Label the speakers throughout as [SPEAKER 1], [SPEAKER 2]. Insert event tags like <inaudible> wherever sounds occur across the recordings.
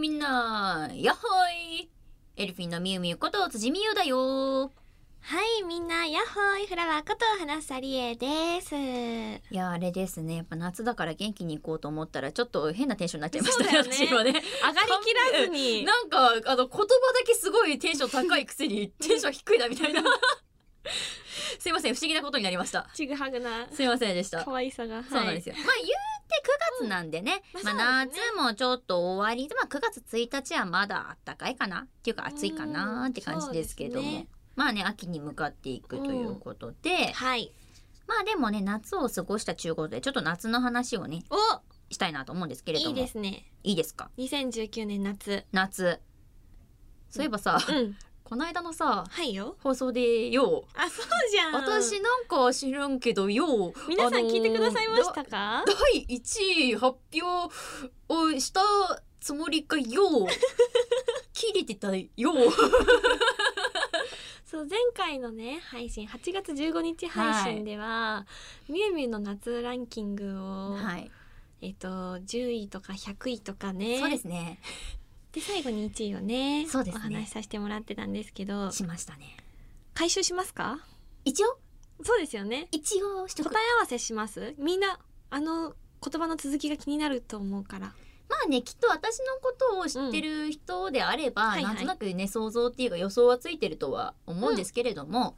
[SPEAKER 1] みんなやっほーいエルフィンのみゆみゆこと辻美優だよ
[SPEAKER 2] はい、みんな、ヤッホーイフラワーこと花さりえです。
[SPEAKER 1] いやあれですねやっぱ夏だから元気に行こうと思ったらちょっと変なテンションになっちゃいましたね
[SPEAKER 2] そうだよね
[SPEAKER 1] 私はね
[SPEAKER 2] 上がりきらず <laughs> に、
[SPEAKER 1] なんかあの言葉だけすごいテンション高いくせ
[SPEAKER 2] <laughs>
[SPEAKER 1] にテンション低いなみたいなすいません不思議なことになりました
[SPEAKER 2] ちぐはぐな
[SPEAKER 1] すいませんでした
[SPEAKER 2] 可愛さが。。
[SPEAKER 1] そうなんですすよ。まあ言うて9月なんでね、
[SPEAKER 2] うん
[SPEAKER 1] まあ
[SPEAKER 2] まあそうで
[SPEAKER 1] 夏もちょっと終わりで、まあ9月1日はまだあったかいかなっていうか暑いかなって感じですけども、
[SPEAKER 2] うんそうですね
[SPEAKER 1] まあね秋に向かっていくということで、
[SPEAKER 2] はい。
[SPEAKER 1] まあでもね夏を過ごした中国でちょっと夏の話をね
[SPEAKER 2] お、
[SPEAKER 1] したいなと思うんですけれども、
[SPEAKER 2] いいですね。
[SPEAKER 1] いいですか？
[SPEAKER 2] 2019年夏。
[SPEAKER 1] 夏。そういえばさ、
[SPEAKER 2] うん。
[SPEAKER 1] この間のさ
[SPEAKER 2] はいよ。
[SPEAKER 1] 放送でよう。
[SPEAKER 2] あ、そうじゃん。
[SPEAKER 1] 私、なんか知らんけどよう
[SPEAKER 2] 皆さん聞いてくださいましたか
[SPEAKER 1] 第1位発表をしたつもりが <laughs> よう切れてたよう
[SPEAKER 2] そう、前回のね、配信、8月15日配信では、みゆみゆの夏ランキングを、
[SPEAKER 1] はい、
[SPEAKER 2] えっと、10位とか100位とかね。
[SPEAKER 1] そうですね
[SPEAKER 2] で最後に1位をね
[SPEAKER 1] そうですね
[SPEAKER 2] お話しさせてもらってたんですけど
[SPEAKER 1] しましたね
[SPEAKER 2] 回収しますか
[SPEAKER 1] 一応
[SPEAKER 2] そうですよね
[SPEAKER 1] 一応しとく
[SPEAKER 2] 答え合わせしますみんなあの言葉の続きが気になると思うから
[SPEAKER 1] まあねきっと私のことを知ってる人であれば、
[SPEAKER 2] うんはいは
[SPEAKER 1] な
[SPEAKER 2] い
[SPEAKER 1] んとなくね想像っていうか予想はついてるとは思うんですけれども、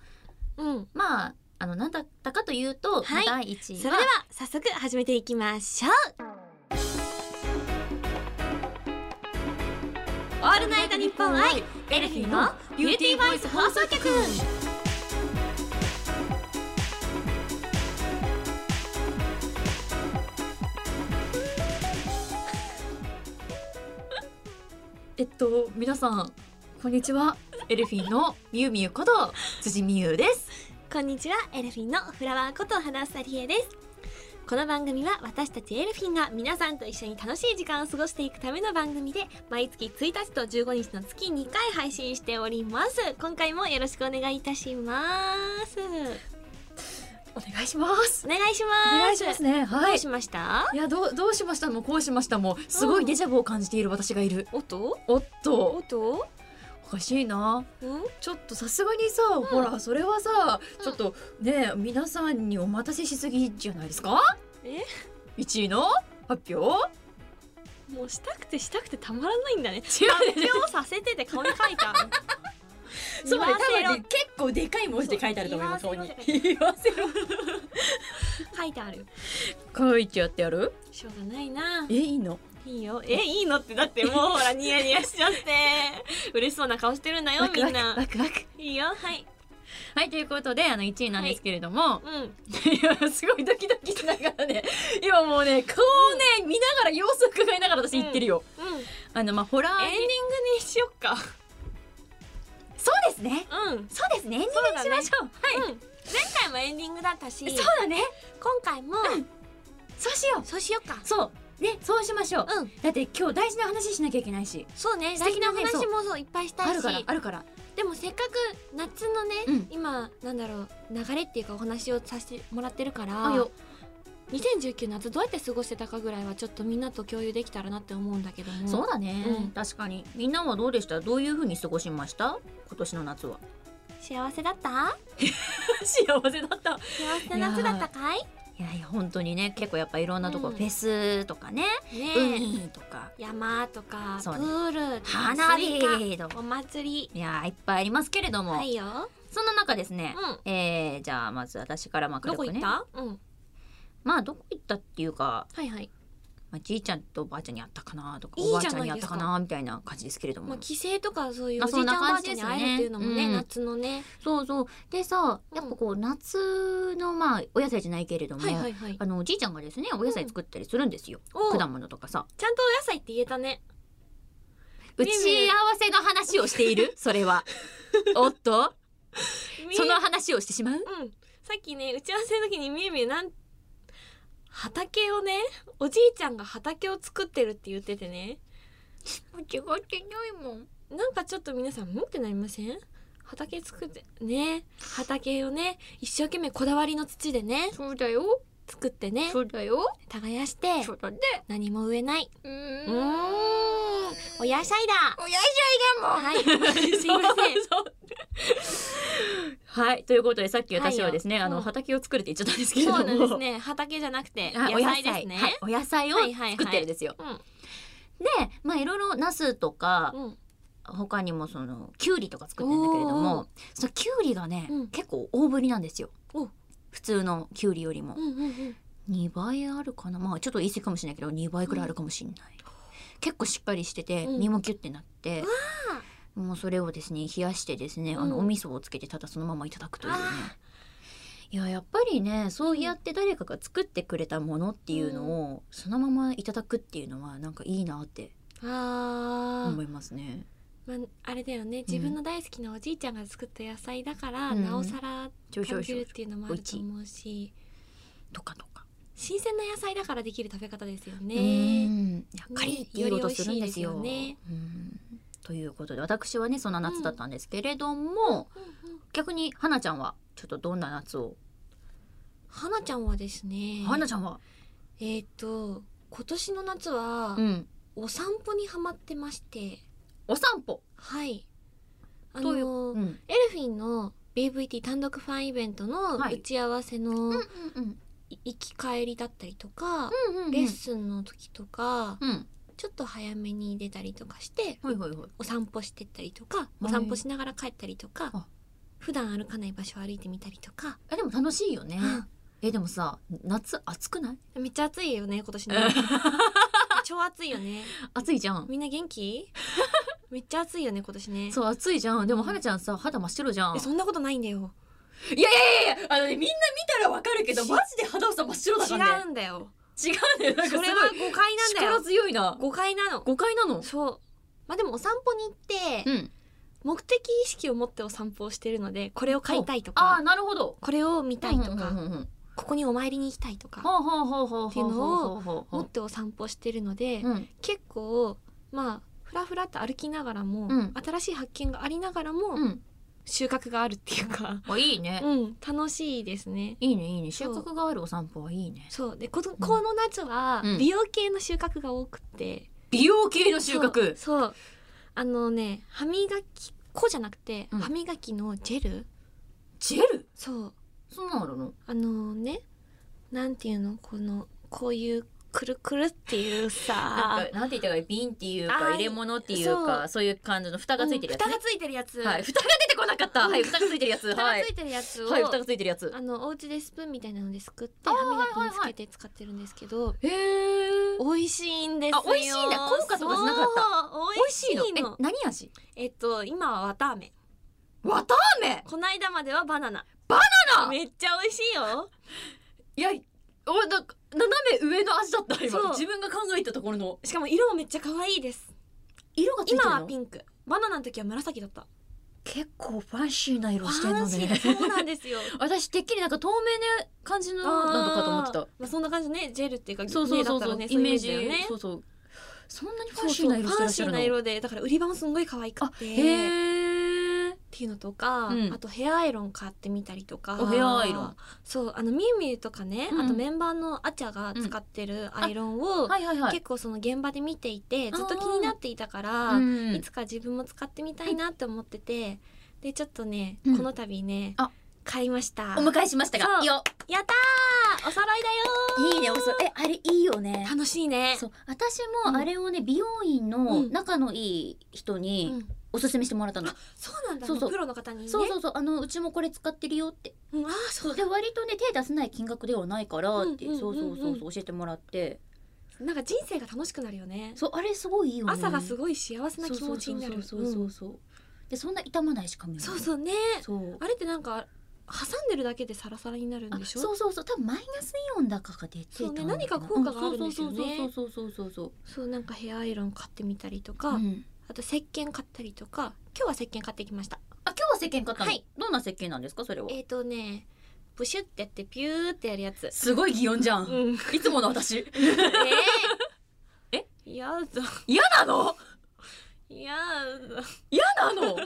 [SPEAKER 2] うん
[SPEAKER 1] まああのなんだったかというと、
[SPEAKER 2] はい
[SPEAKER 1] 第1
[SPEAKER 2] そ
[SPEAKER 1] 位
[SPEAKER 2] れ
[SPEAKER 1] は
[SPEAKER 2] では早速始めていきましょう
[SPEAKER 1] 「
[SPEAKER 2] オールナイトニッポンアイ
[SPEAKER 1] エルフィンのビューティーボイス放送局」 <laughs> えっと皆さんこんにちはエルフィンのみゆみゆこと辻みゆです
[SPEAKER 2] こんにちはエルフィンのフラワーこと花さりえですこの番組は私たちエルフィンが皆さんと一緒に楽しい時間を過ごしていくための番組で毎月1日と15日の月2回配信しております今回もよろしくお願いいたします
[SPEAKER 1] お願いします
[SPEAKER 2] お願いし
[SPEAKER 1] お
[SPEAKER 2] ます
[SPEAKER 1] 願いしますね
[SPEAKER 2] ど
[SPEAKER 1] は
[SPEAKER 2] う
[SPEAKER 1] い
[SPEAKER 2] しました
[SPEAKER 1] いやどうどうしましたもうこうしましたもうすごいデジャブを感じている私がいる、
[SPEAKER 2] 音
[SPEAKER 1] おっと
[SPEAKER 2] 音
[SPEAKER 1] おかしいな
[SPEAKER 2] うん
[SPEAKER 1] ちょっとさすがにさ、ほらそれはさちょっとね皆さんにお待たせしすぎじゃないですか
[SPEAKER 2] え
[SPEAKER 1] 1位の発表
[SPEAKER 2] もうしたくてしたくてたまらないんだね
[SPEAKER 1] 違
[SPEAKER 2] 発
[SPEAKER 1] うね
[SPEAKER 2] 表させてって顔に書い <laughs> た
[SPEAKER 1] そうね
[SPEAKER 2] 言わせ
[SPEAKER 1] 多
[SPEAKER 2] ろ
[SPEAKER 1] 分ね結構でかい文字で書いてあると思います
[SPEAKER 2] そ
[SPEAKER 1] そうこに <laughs> 言わせろ
[SPEAKER 2] 書いてある
[SPEAKER 1] 書いてあってやる
[SPEAKER 2] しょうがないな
[SPEAKER 1] えいいの
[SPEAKER 2] いいよ。え、いいのって、だ <laughs> ってもうほら、ニヤニヤしちゃって。嬉しそうな顔してるんだよ、みん
[SPEAKER 1] ワク
[SPEAKER 2] な。
[SPEAKER 1] ワクワク
[SPEAKER 2] いいよ、はい。
[SPEAKER 1] はいということであの1位なんですけれども、
[SPEAKER 2] うん。
[SPEAKER 1] いや <laughs> すごいドキドキしながらね今もうね顔をね、見ながら様子を伺いながら私言ってるよ、
[SPEAKER 2] うん。エンディング
[SPEAKER 1] あのまあホラー
[SPEAKER 2] にしよっか。
[SPEAKER 1] そうですね
[SPEAKER 2] うん。
[SPEAKER 1] そうですねエンディングにしましょう
[SPEAKER 2] うん。前回もエンディングだったし、
[SPEAKER 1] そう
[SPEAKER 2] 今
[SPEAKER 1] だね
[SPEAKER 2] 回も、
[SPEAKER 1] そうしよう
[SPEAKER 2] そうしよっか。
[SPEAKER 1] そうねそうしましょう、
[SPEAKER 2] うん。
[SPEAKER 1] だって今日大事な話しなきゃいけないし
[SPEAKER 2] そうね、
[SPEAKER 1] 素
[SPEAKER 2] 素敵
[SPEAKER 1] 敵
[SPEAKER 2] な
[SPEAKER 1] な
[SPEAKER 2] お
[SPEAKER 1] ね
[SPEAKER 2] 話もそう、いっぱいした
[SPEAKER 1] あ
[SPEAKER 2] い
[SPEAKER 1] るから
[SPEAKER 2] し。
[SPEAKER 1] あるから
[SPEAKER 2] でもせっかく夏のね、
[SPEAKER 1] うん
[SPEAKER 2] 今、なんだろう、流れっていうかお話をさせてもらってるから、
[SPEAKER 1] あよ
[SPEAKER 2] 2019夏どうやって過ごしてたかぐらいはちょっとみんなと共有できたらなって思うんだけども。
[SPEAKER 1] そうだね、
[SPEAKER 2] うん
[SPEAKER 1] 確かにみんなはどうでしたどういう風に過ごしました今年の夏は
[SPEAKER 2] 幸せだった
[SPEAKER 1] <laughs> 幸せだった
[SPEAKER 2] 幸せな夏だったかい
[SPEAKER 1] いやいや本当にね結構やっぱいろんなとこ、
[SPEAKER 2] うん
[SPEAKER 1] フェスとかね、
[SPEAKER 2] ねえ
[SPEAKER 1] 海とか
[SPEAKER 2] 山とか、プ
[SPEAKER 1] そうね
[SPEAKER 2] ールとか
[SPEAKER 1] 花
[SPEAKER 2] スイ
[SPEAKER 1] 火と
[SPEAKER 2] カ
[SPEAKER 1] か
[SPEAKER 2] お祭り
[SPEAKER 1] いやーいっぱいありますけれども、
[SPEAKER 2] はいよ、
[SPEAKER 1] そんな中ですね、
[SPEAKER 2] う
[SPEAKER 1] えー、じゃあまず私からまあ
[SPEAKER 2] ん、ど
[SPEAKER 1] 軽
[SPEAKER 2] こ
[SPEAKER 1] く
[SPEAKER 2] 行っ
[SPEAKER 1] ね
[SPEAKER 2] た、うん
[SPEAKER 1] まあどこ行ったっていうか、
[SPEAKER 2] はいはい
[SPEAKER 1] まあ、じいちゃんとおばあちゃんに会ったかなとか
[SPEAKER 2] いいじゃ
[SPEAKER 1] おば
[SPEAKER 2] ない
[SPEAKER 1] あ
[SPEAKER 2] です
[SPEAKER 1] ち
[SPEAKER 2] か
[SPEAKER 1] ゃんに会ったかなみたいな感じですけれども、
[SPEAKER 2] まあ帰省とかそういう
[SPEAKER 1] ま
[SPEAKER 2] お
[SPEAKER 1] あ
[SPEAKER 2] じいちゃんおば
[SPEAKER 1] そんな
[SPEAKER 2] あ
[SPEAKER 1] 感
[SPEAKER 2] ち
[SPEAKER 1] じ
[SPEAKER 2] ゃん
[SPEAKER 1] です
[SPEAKER 2] に
[SPEAKER 1] よね
[SPEAKER 2] 会えるっていうのもね、
[SPEAKER 1] うん
[SPEAKER 2] 夏のね
[SPEAKER 1] そうそうでさやっぱこう夏のまあお野菜じゃないけれども、
[SPEAKER 2] はいはいはい
[SPEAKER 1] あのおじいちゃんがですねお野菜作ったりするんですよ、
[SPEAKER 2] おうちゃ
[SPEAKER 1] 果
[SPEAKER 2] んと
[SPEAKER 1] 物とかさ
[SPEAKER 2] お野菜って言えたね
[SPEAKER 1] 打ち合わせの話をしているそれ
[SPEAKER 2] <laughs>
[SPEAKER 1] はおっと
[SPEAKER 2] み
[SPEAKER 1] その話をしてしまう
[SPEAKER 2] うんさっきね打ち合わせの時にみゆみゆなん畑をねおじいちゃんが畑を作ってるって言っててね
[SPEAKER 1] 間違ってないもん
[SPEAKER 2] なんかちょっと皆さん、んってなりません畑作って、ね。畑をね、一生懸命こだわりの土でね、
[SPEAKER 1] そうだよ
[SPEAKER 2] 作ってね、
[SPEAKER 1] うだよ
[SPEAKER 2] 耕して、
[SPEAKER 1] うだね
[SPEAKER 2] 何も植えない。
[SPEAKER 1] う
[SPEAKER 2] う
[SPEAKER 1] ー
[SPEAKER 2] ーん。おやしゃいだ
[SPEAKER 1] おやじゃいだ <laughs>
[SPEAKER 2] はい <laughs> すいません
[SPEAKER 1] ん。はい、ということでさっき私はですね、
[SPEAKER 2] はいよ
[SPEAKER 1] あの
[SPEAKER 2] うん
[SPEAKER 1] 畑を作るって言っちゃったんですけれども。
[SPEAKER 2] そうなんですね畑じゃなくて
[SPEAKER 1] あ
[SPEAKER 2] 野菜ですね、
[SPEAKER 1] お野菜,、はい、お野菜を作ってるんですよ。
[SPEAKER 2] うん
[SPEAKER 1] で、まあいろいろナスとか、
[SPEAKER 2] うん
[SPEAKER 1] 他にもそのキュウリとか作ってるんだけれど
[SPEAKER 2] お
[SPEAKER 1] も、そのキュウリがね、
[SPEAKER 2] うん
[SPEAKER 1] 結構大ぶりなんですよ
[SPEAKER 2] お。
[SPEAKER 1] 普通のキュウリよりも
[SPEAKER 2] うんうんうん
[SPEAKER 1] 2倍あるかな、まあちょっと言い過ぎかもしれないけど2倍くらいあるかもしれない。結構しっかりしてて
[SPEAKER 2] うん
[SPEAKER 1] 身もキュッてなって。もうそれをですね冷やしてですね、あ
[SPEAKER 2] う
[SPEAKER 1] の
[SPEAKER 2] ん
[SPEAKER 1] お味噌をつけてただそのままいただくというね
[SPEAKER 2] あ
[SPEAKER 1] いややっぱりねそうやって誰かが作ってくれたものっていうのを、そのままいただくっていうのはなんかいいなって
[SPEAKER 2] あー
[SPEAKER 1] 思いますね。
[SPEAKER 2] まあ、あれだよね自分の大好きなおじいちゃんが作った野菜だから、
[SPEAKER 1] うん
[SPEAKER 2] なおさら
[SPEAKER 1] ちょいちょ
[SPEAKER 2] 食
[SPEAKER 1] いち
[SPEAKER 2] べ
[SPEAKER 1] ょ
[SPEAKER 2] るっ
[SPEAKER 1] い
[SPEAKER 2] ていうのもあると思うし
[SPEAKER 1] とかとか。
[SPEAKER 2] 新鮮な野菜だからできる食べ方ですよ
[SPEAKER 1] う
[SPEAKER 2] ね。
[SPEAKER 1] んやっかりっていい音するんですよ。
[SPEAKER 2] より美味しい
[SPEAKER 1] うんということで私はねそんな夏だったんですけれども、
[SPEAKER 2] うんうん
[SPEAKER 1] 逆に花ちゃんはちょっとどんな夏を、
[SPEAKER 2] はなちゃんはですね
[SPEAKER 1] 花ちゃんは、
[SPEAKER 2] えっ、と今年の夏は、
[SPEAKER 1] うん、
[SPEAKER 2] お散歩にハマってまして
[SPEAKER 1] お散歩、
[SPEAKER 2] はいあ
[SPEAKER 1] どういう
[SPEAKER 2] の、
[SPEAKER 1] うん
[SPEAKER 2] エルフィンの BVT 単独ファンイベントの
[SPEAKER 1] はい
[SPEAKER 2] 打ち合わせの
[SPEAKER 1] うん
[SPEAKER 2] い行き帰りだったりとか、
[SPEAKER 1] うん
[SPEAKER 2] レッスンの時とか、
[SPEAKER 1] うん
[SPEAKER 2] ちょっと早めに出たりとかして
[SPEAKER 1] はいはいはい。
[SPEAKER 2] お散歩してったりとか
[SPEAKER 1] い
[SPEAKER 2] お散歩しながら帰ったりとか、
[SPEAKER 1] あ
[SPEAKER 2] 普段歩かない場所を歩いてみたりとか、
[SPEAKER 1] えでも楽しいよね。えでもさ夏暑くない？
[SPEAKER 2] めっちゃ暑いよね今年
[SPEAKER 1] <laughs>
[SPEAKER 2] の超暑いよね
[SPEAKER 1] 暑いじゃん。
[SPEAKER 2] みんな元
[SPEAKER 1] <laughs>
[SPEAKER 2] 気めっちゃ暑いよね今年ね
[SPEAKER 1] そう暑いじゃん。でも花ちゃんさ肌真っ白じゃん。
[SPEAKER 2] えそんなことないんだよ
[SPEAKER 1] いやいやいやいやあのねみんな見たらわかるけどマジで肌さ真っ白だ
[SPEAKER 2] 違
[SPEAKER 1] からね。
[SPEAKER 2] うんだよ
[SPEAKER 1] 違うね。なんかす
[SPEAKER 2] そ
[SPEAKER 1] ごい
[SPEAKER 2] れは誤解なんだ
[SPEAKER 1] 力
[SPEAKER 2] よ
[SPEAKER 1] 強いな。
[SPEAKER 2] 誤解なの
[SPEAKER 1] 誤解なの。
[SPEAKER 2] そうまあでもお散歩に行って
[SPEAKER 1] ん。
[SPEAKER 2] 目的意識を持ってお散歩をしてるのでこれを買いたいと
[SPEAKER 1] ああ
[SPEAKER 2] か
[SPEAKER 1] なるほど。
[SPEAKER 2] これを見たいと
[SPEAKER 1] うんうん
[SPEAKER 2] か
[SPEAKER 1] うんうん
[SPEAKER 2] ここにお参りに行きたいとか
[SPEAKER 1] ほうほうほうほうほう。
[SPEAKER 2] っていうの
[SPEAKER 1] を。ほう
[SPEAKER 2] 持
[SPEAKER 1] ほ
[SPEAKER 2] っ
[SPEAKER 1] う
[SPEAKER 2] てお散歩してるので
[SPEAKER 1] うん。
[SPEAKER 2] 結構まあふらふらって歩きながらも
[SPEAKER 1] うん
[SPEAKER 2] 新しい発見がありながらも
[SPEAKER 1] うん。
[SPEAKER 2] 収穫があるっていうか
[SPEAKER 1] あいいね。
[SPEAKER 2] うん楽しいですね
[SPEAKER 1] いいねいいね収
[SPEAKER 2] そう
[SPEAKER 1] 穫があるお散歩はいいね。
[SPEAKER 2] そうでこのこの夏は
[SPEAKER 1] うん
[SPEAKER 2] 美容系の収穫が多くって
[SPEAKER 1] 美容系の収穫。
[SPEAKER 2] そうそうあのね歯磨き粉じゃなくて、
[SPEAKER 1] うん
[SPEAKER 2] 歯磨きのジェル
[SPEAKER 1] ジェル？
[SPEAKER 2] そう
[SPEAKER 1] そんなのあるの？
[SPEAKER 2] あのねなんていうのこのこういうくるくるっていう
[SPEAKER 1] な
[SPEAKER 2] さ
[SPEAKER 1] ん <laughs> かなんて言ったらいい瓶っていうか
[SPEAKER 2] あー
[SPEAKER 1] 入れ物っていうか
[SPEAKER 2] そ
[SPEAKER 1] そういう感じの蓋がついてるやつ、
[SPEAKER 2] うん
[SPEAKER 1] ね
[SPEAKER 2] 蓋がついてるやつ、
[SPEAKER 1] はい蓋が出てこなかったはい蓋がついてるやつ
[SPEAKER 2] 蓋
[SPEAKER 1] は
[SPEAKER 2] が
[SPEAKER 1] い
[SPEAKER 2] ついてるやつを、
[SPEAKER 1] はい蓋がついてるやつ
[SPEAKER 2] あのお家でスプーンみたいなのですくって
[SPEAKER 1] あー
[SPEAKER 2] 歯磨きにつ
[SPEAKER 1] はいはいは
[SPEAKER 2] け
[SPEAKER 1] い
[SPEAKER 2] て使ってるんですけど
[SPEAKER 1] へえ
[SPEAKER 2] 美味しいんですよ
[SPEAKER 1] あ美味しいんだ効果とかしなかった
[SPEAKER 2] そう
[SPEAKER 1] 美味しいの
[SPEAKER 2] 美味しいの
[SPEAKER 1] え何味
[SPEAKER 2] えっと今は綿あめ
[SPEAKER 1] わたあめ
[SPEAKER 2] こないだまではバナナ
[SPEAKER 1] バナナ
[SPEAKER 2] めっちゃ美味しいよ
[SPEAKER 1] いやおなんか斜め上の味だった
[SPEAKER 2] そう
[SPEAKER 1] 今自分が考えたところの
[SPEAKER 2] しかも色もめっちゃ可愛いです
[SPEAKER 1] 色がついてるの
[SPEAKER 2] 今はピンクバナナの時は紫だった
[SPEAKER 1] 結構ファンシーな色してるの
[SPEAKER 2] 安心
[SPEAKER 1] ね
[SPEAKER 2] そうなんですよ
[SPEAKER 1] 私てっきりなんか透明な感じの <laughs> なのかと思って
[SPEAKER 2] あー
[SPEAKER 1] た
[SPEAKER 2] まあ、そんな感じねジェルっていうか
[SPEAKER 1] そうそうそうそう、
[SPEAKER 2] ねだったらね
[SPEAKER 1] イ
[SPEAKER 2] そう
[SPEAKER 1] メ
[SPEAKER 2] い
[SPEAKER 1] ー
[SPEAKER 2] うだよ
[SPEAKER 1] ジ
[SPEAKER 2] ね
[SPEAKER 1] そうそうそんなにファ
[SPEAKER 2] そ
[SPEAKER 1] ン
[SPEAKER 2] う
[SPEAKER 1] シー
[SPEAKER 2] そう
[SPEAKER 1] な色して
[SPEAKER 2] ファ
[SPEAKER 1] らっ
[SPEAKER 2] ン
[SPEAKER 1] し
[SPEAKER 2] シ
[SPEAKER 1] ゃ
[SPEAKER 2] ー
[SPEAKER 1] るの
[SPEAKER 2] な色でだから売り場もすんごい可愛くてっ
[SPEAKER 1] へえ
[SPEAKER 2] ていうのとか、
[SPEAKER 1] うん
[SPEAKER 2] あとヘアアイロン買ってみたりとか
[SPEAKER 1] おヘアアイロン
[SPEAKER 2] そうあのみゆみゆとかね、
[SPEAKER 1] うん
[SPEAKER 2] あとメンバーのあちゃが使ってるアイロンを、
[SPEAKER 1] はいはいはい
[SPEAKER 2] 結構その現場で見ていてずっと気になっていたから、
[SPEAKER 1] うん
[SPEAKER 2] いつか自分も使ってみたいなって思っててでちょっとね、
[SPEAKER 1] うん
[SPEAKER 2] この度ね
[SPEAKER 1] あ
[SPEAKER 2] 買いました
[SPEAKER 1] お迎えしました
[SPEAKER 2] そ
[SPEAKER 1] が
[SPEAKER 2] う
[SPEAKER 1] いいよ
[SPEAKER 2] やったーお揃いだ
[SPEAKER 1] いいねおそえあれいいよね
[SPEAKER 2] よ楽しいね
[SPEAKER 1] そう私もあれをね、美容院の
[SPEAKER 2] うん
[SPEAKER 1] 仲のいい人
[SPEAKER 2] う
[SPEAKER 1] に
[SPEAKER 2] ん
[SPEAKER 1] おすすめしてもらったの、
[SPEAKER 2] そうなんだ
[SPEAKER 1] そうそう
[SPEAKER 2] もプロの方にね
[SPEAKER 1] そうそうそうあのうちもこれ使ってるよって
[SPEAKER 2] うんあーそう
[SPEAKER 1] で割とね手出せない金額ではないからって、
[SPEAKER 2] うんうんうん
[SPEAKER 1] そうそうそう
[SPEAKER 2] う
[SPEAKER 1] そう教えてもらって
[SPEAKER 2] なんか人生が楽しくなるよね
[SPEAKER 1] そうあれすごいいいよね
[SPEAKER 2] 朝がす
[SPEAKER 1] ご
[SPEAKER 2] ごい幸せな気持ちになる
[SPEAKER 1] そうそうそううんそう、でそんな傷まないし髪も
[SPEAKER 2] そうそうね
[SPEAKER 1] そう
[SPEAKER 2] あれってなんか挟んでるだけでサラサラになるん
[SPEAKER 1] あ
[SPEAKER 2] でしょ
[SPEAKER 1] そうそうそう多分マイナスイオンだかが出てた
[SPEAKER 2] そうね
[SPEAKER 1] んだ
[SPEAKER 2] 何か
[SPEAKER 1] な
[SPEAKER 2] 効果があるんですよね
[SPEAKER 1] うんそうそうそうそうそうそう
[SPEAKER 2] そうなんかヘアアイロン買ってみたりとか、
[SPEAKER 1] そう、うん
[SPEAKER 2] あと石鹸買ったりとか今日は石鹸買ってきました
[SPEAKER 1] あ今日は石鹸買ったの、
[SPEAKER 2] はい
[SPEAKER 1] どんな石鹸なんですかそれは
[SPEAKER 2] えっ、ー、とねブシュってやってピューってやるやつ
[SPEAKER 1] すごい擬音じゃん、
[SPEAKER 2] うん
[SPEAKER 1] いつもの私
[SPEAKER 2] え
[SPEAKER 1] え
[SPEAKER 2] えやだ
[SPEAKER 1] 嫌なの
[SPEAKER 2] やだ
[SPEAKER 1] 嫌なの
[SPEAKER 2] 友達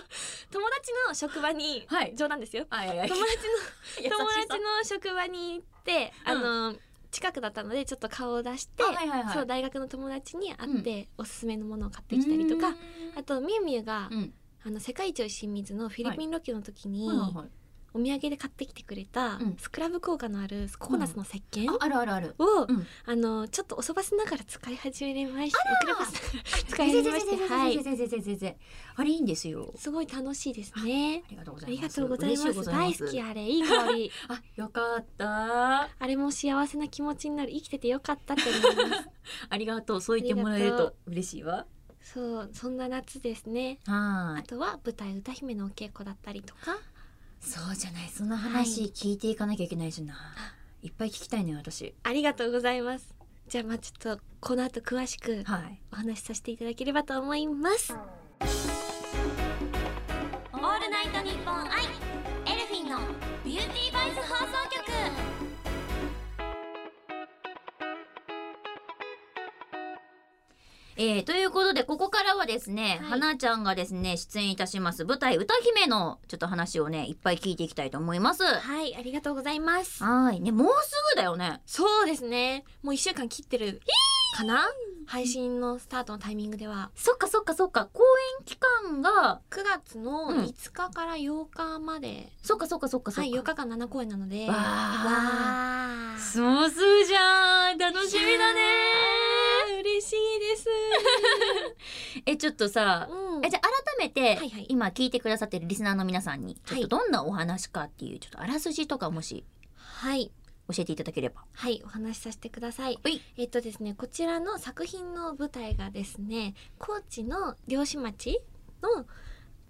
[SPEAKER 2] の職場に、
[SPEAKER 1] はい
[SPEAKER 2] 冗談ですよ
[SPEAKER 1] あいやいや
[SPEAKER 2] 友達の
[SPEAKER 1] 友
[SPEAKER 2] 友達の職場に行ってあの、近くだったのでちょっと顔を出して、
[SPEAKER 1] あはいはいはい
[SPEAKER 2] そう大学の友達に会っておすすめのものを買ってきたりとか、あとみゆみゆが、
[SPEAKER 1] うん
[SPEAKER 2] あの世界一おいしい水のフィリピンロケの時に、
[SPEAKER 1] はいはいはい
[SPEAKER 2] お土産で買ってきてくれた、
[SPEAKER 1] うん
[SPEAKER 2] スクラブ効果のあるココナツの石鹸
[SPEAKER 1] ああるあるある
[SPEAKER 2] を、
[SPEAKER 1] うん
[SPEAKER 2] あのちょっとおそばせながら使い始めまして遅れました使い
[SPEAKER 1] 全
[SPEAKER 2] 始め
[SPEAKER 1] 然
[SPEAKER 2] ま
[SPEAKER 1] 全
[SPEAKER 2] して
[SPEAKER 1] 然
[SPEAKER 2] は
[SPEAKER 1] 全
[SPEAKER 2] い
[SPEAKER 1] 然全然全然全然あれいいんですよ
[SPEAKER 2] すごい楽しいですね
[SPEAKER 1] ありがとうござ
[SPEAKER 2] あ
[SPEAKER 1] い
[SPEAKER 2] り
[SPEAKER 1] ま
[SPEAKER 2] が
[SPEAKER 1] す
[SPEAKER 2] とうございます
[SPEAKER 1] 嬉し
[SPEAKER 2] 大好きあれいい香 <laughs> り
[SPEAKER 1] あよかった
[SPEAKER 2] あれも幸せな気持ちになる生きててよかったって思いま
[SPEAKER 1] ありがとうそう言ってもらえると嬉しいわ
[SPEAKER 2] すそうそんな夏ですね
[SPEAKER 1] は
[SPEAKER 2] あ
[SPEAKER 1] い
[SPEAKER 2] とは舞台歌姫のお稽古だったりとか
[SPEAKER 1] そうじゃないその
[SPEAKER 2] 話
[SPEAKER 1] 話聞いていかなきゃいけないしな、い、っぱい聞きたいのよ私
[SPEAKER 2] ありがとうございますじゃあまあちょっとこの後詳しく
[SPEAKER 1] はい
[SPEAKER 2] お話しさせていただければと思います
[SPEAKER 1] オ
[SPEAKER 2] オールナイトニッポンアイエルフィンのビューティーバイス放送局
[SPEAKER 1] えー、ということでここからはですね、
[SPEAKER 2] はい
[SPEAKER 1] はなちゃんがですね出演いたします舞台歌姫のちょっと話をねいっぱい聞いていきたいと思いますは
[SPEAKER 2] はいありがとうございます
[SPEAKER 1] ーいねもうすぐだよね
[SPEAKER 2] そうですねもう一週間切ってるかな配信のスタートのタイミングでは
[SPEAKER 1] そっかそっかそっか公演期間が
[SPEAKER 2] 9月の
[SPEAKER 1] うん
[SPEAKER 2] 5日から8日まで、
[SPEAKER 1] そっかそっかそっかそっか
[SPEAKER 2] はい8日間7公演なので
[SPEAKER 1] わ
[SPEAKER 2] わ
[SPEAKER 1] あ
[SPEAKER 2] あ
[SPEAKER 1] もうすぐじゃん楽しみだね
[SPEAKER 2] 嬉しいです、
[SPEAKER 1] えちょっとさ
[SPEAKER 2] う
[SPEAKER 1] えじゃあ改めて、
[SPEAKER 2] はいはい
[SPEAKER 1] 今聞いてくださってるリスナーの皆さんにちょっ
[SPEAKER 2] はい
[SPEAKER 1] とどんなお話かっていうちょっとあらすじとかもし
[SPEAKER 2] はい
[SPEAKER 1] 教えていただければ
[SPEAKER 2] はいお話しさせてください
[SPEAKER 1] はい
[SPEAKER 2] えっとですねこちらの作品の舞台がですね高知の漁師町の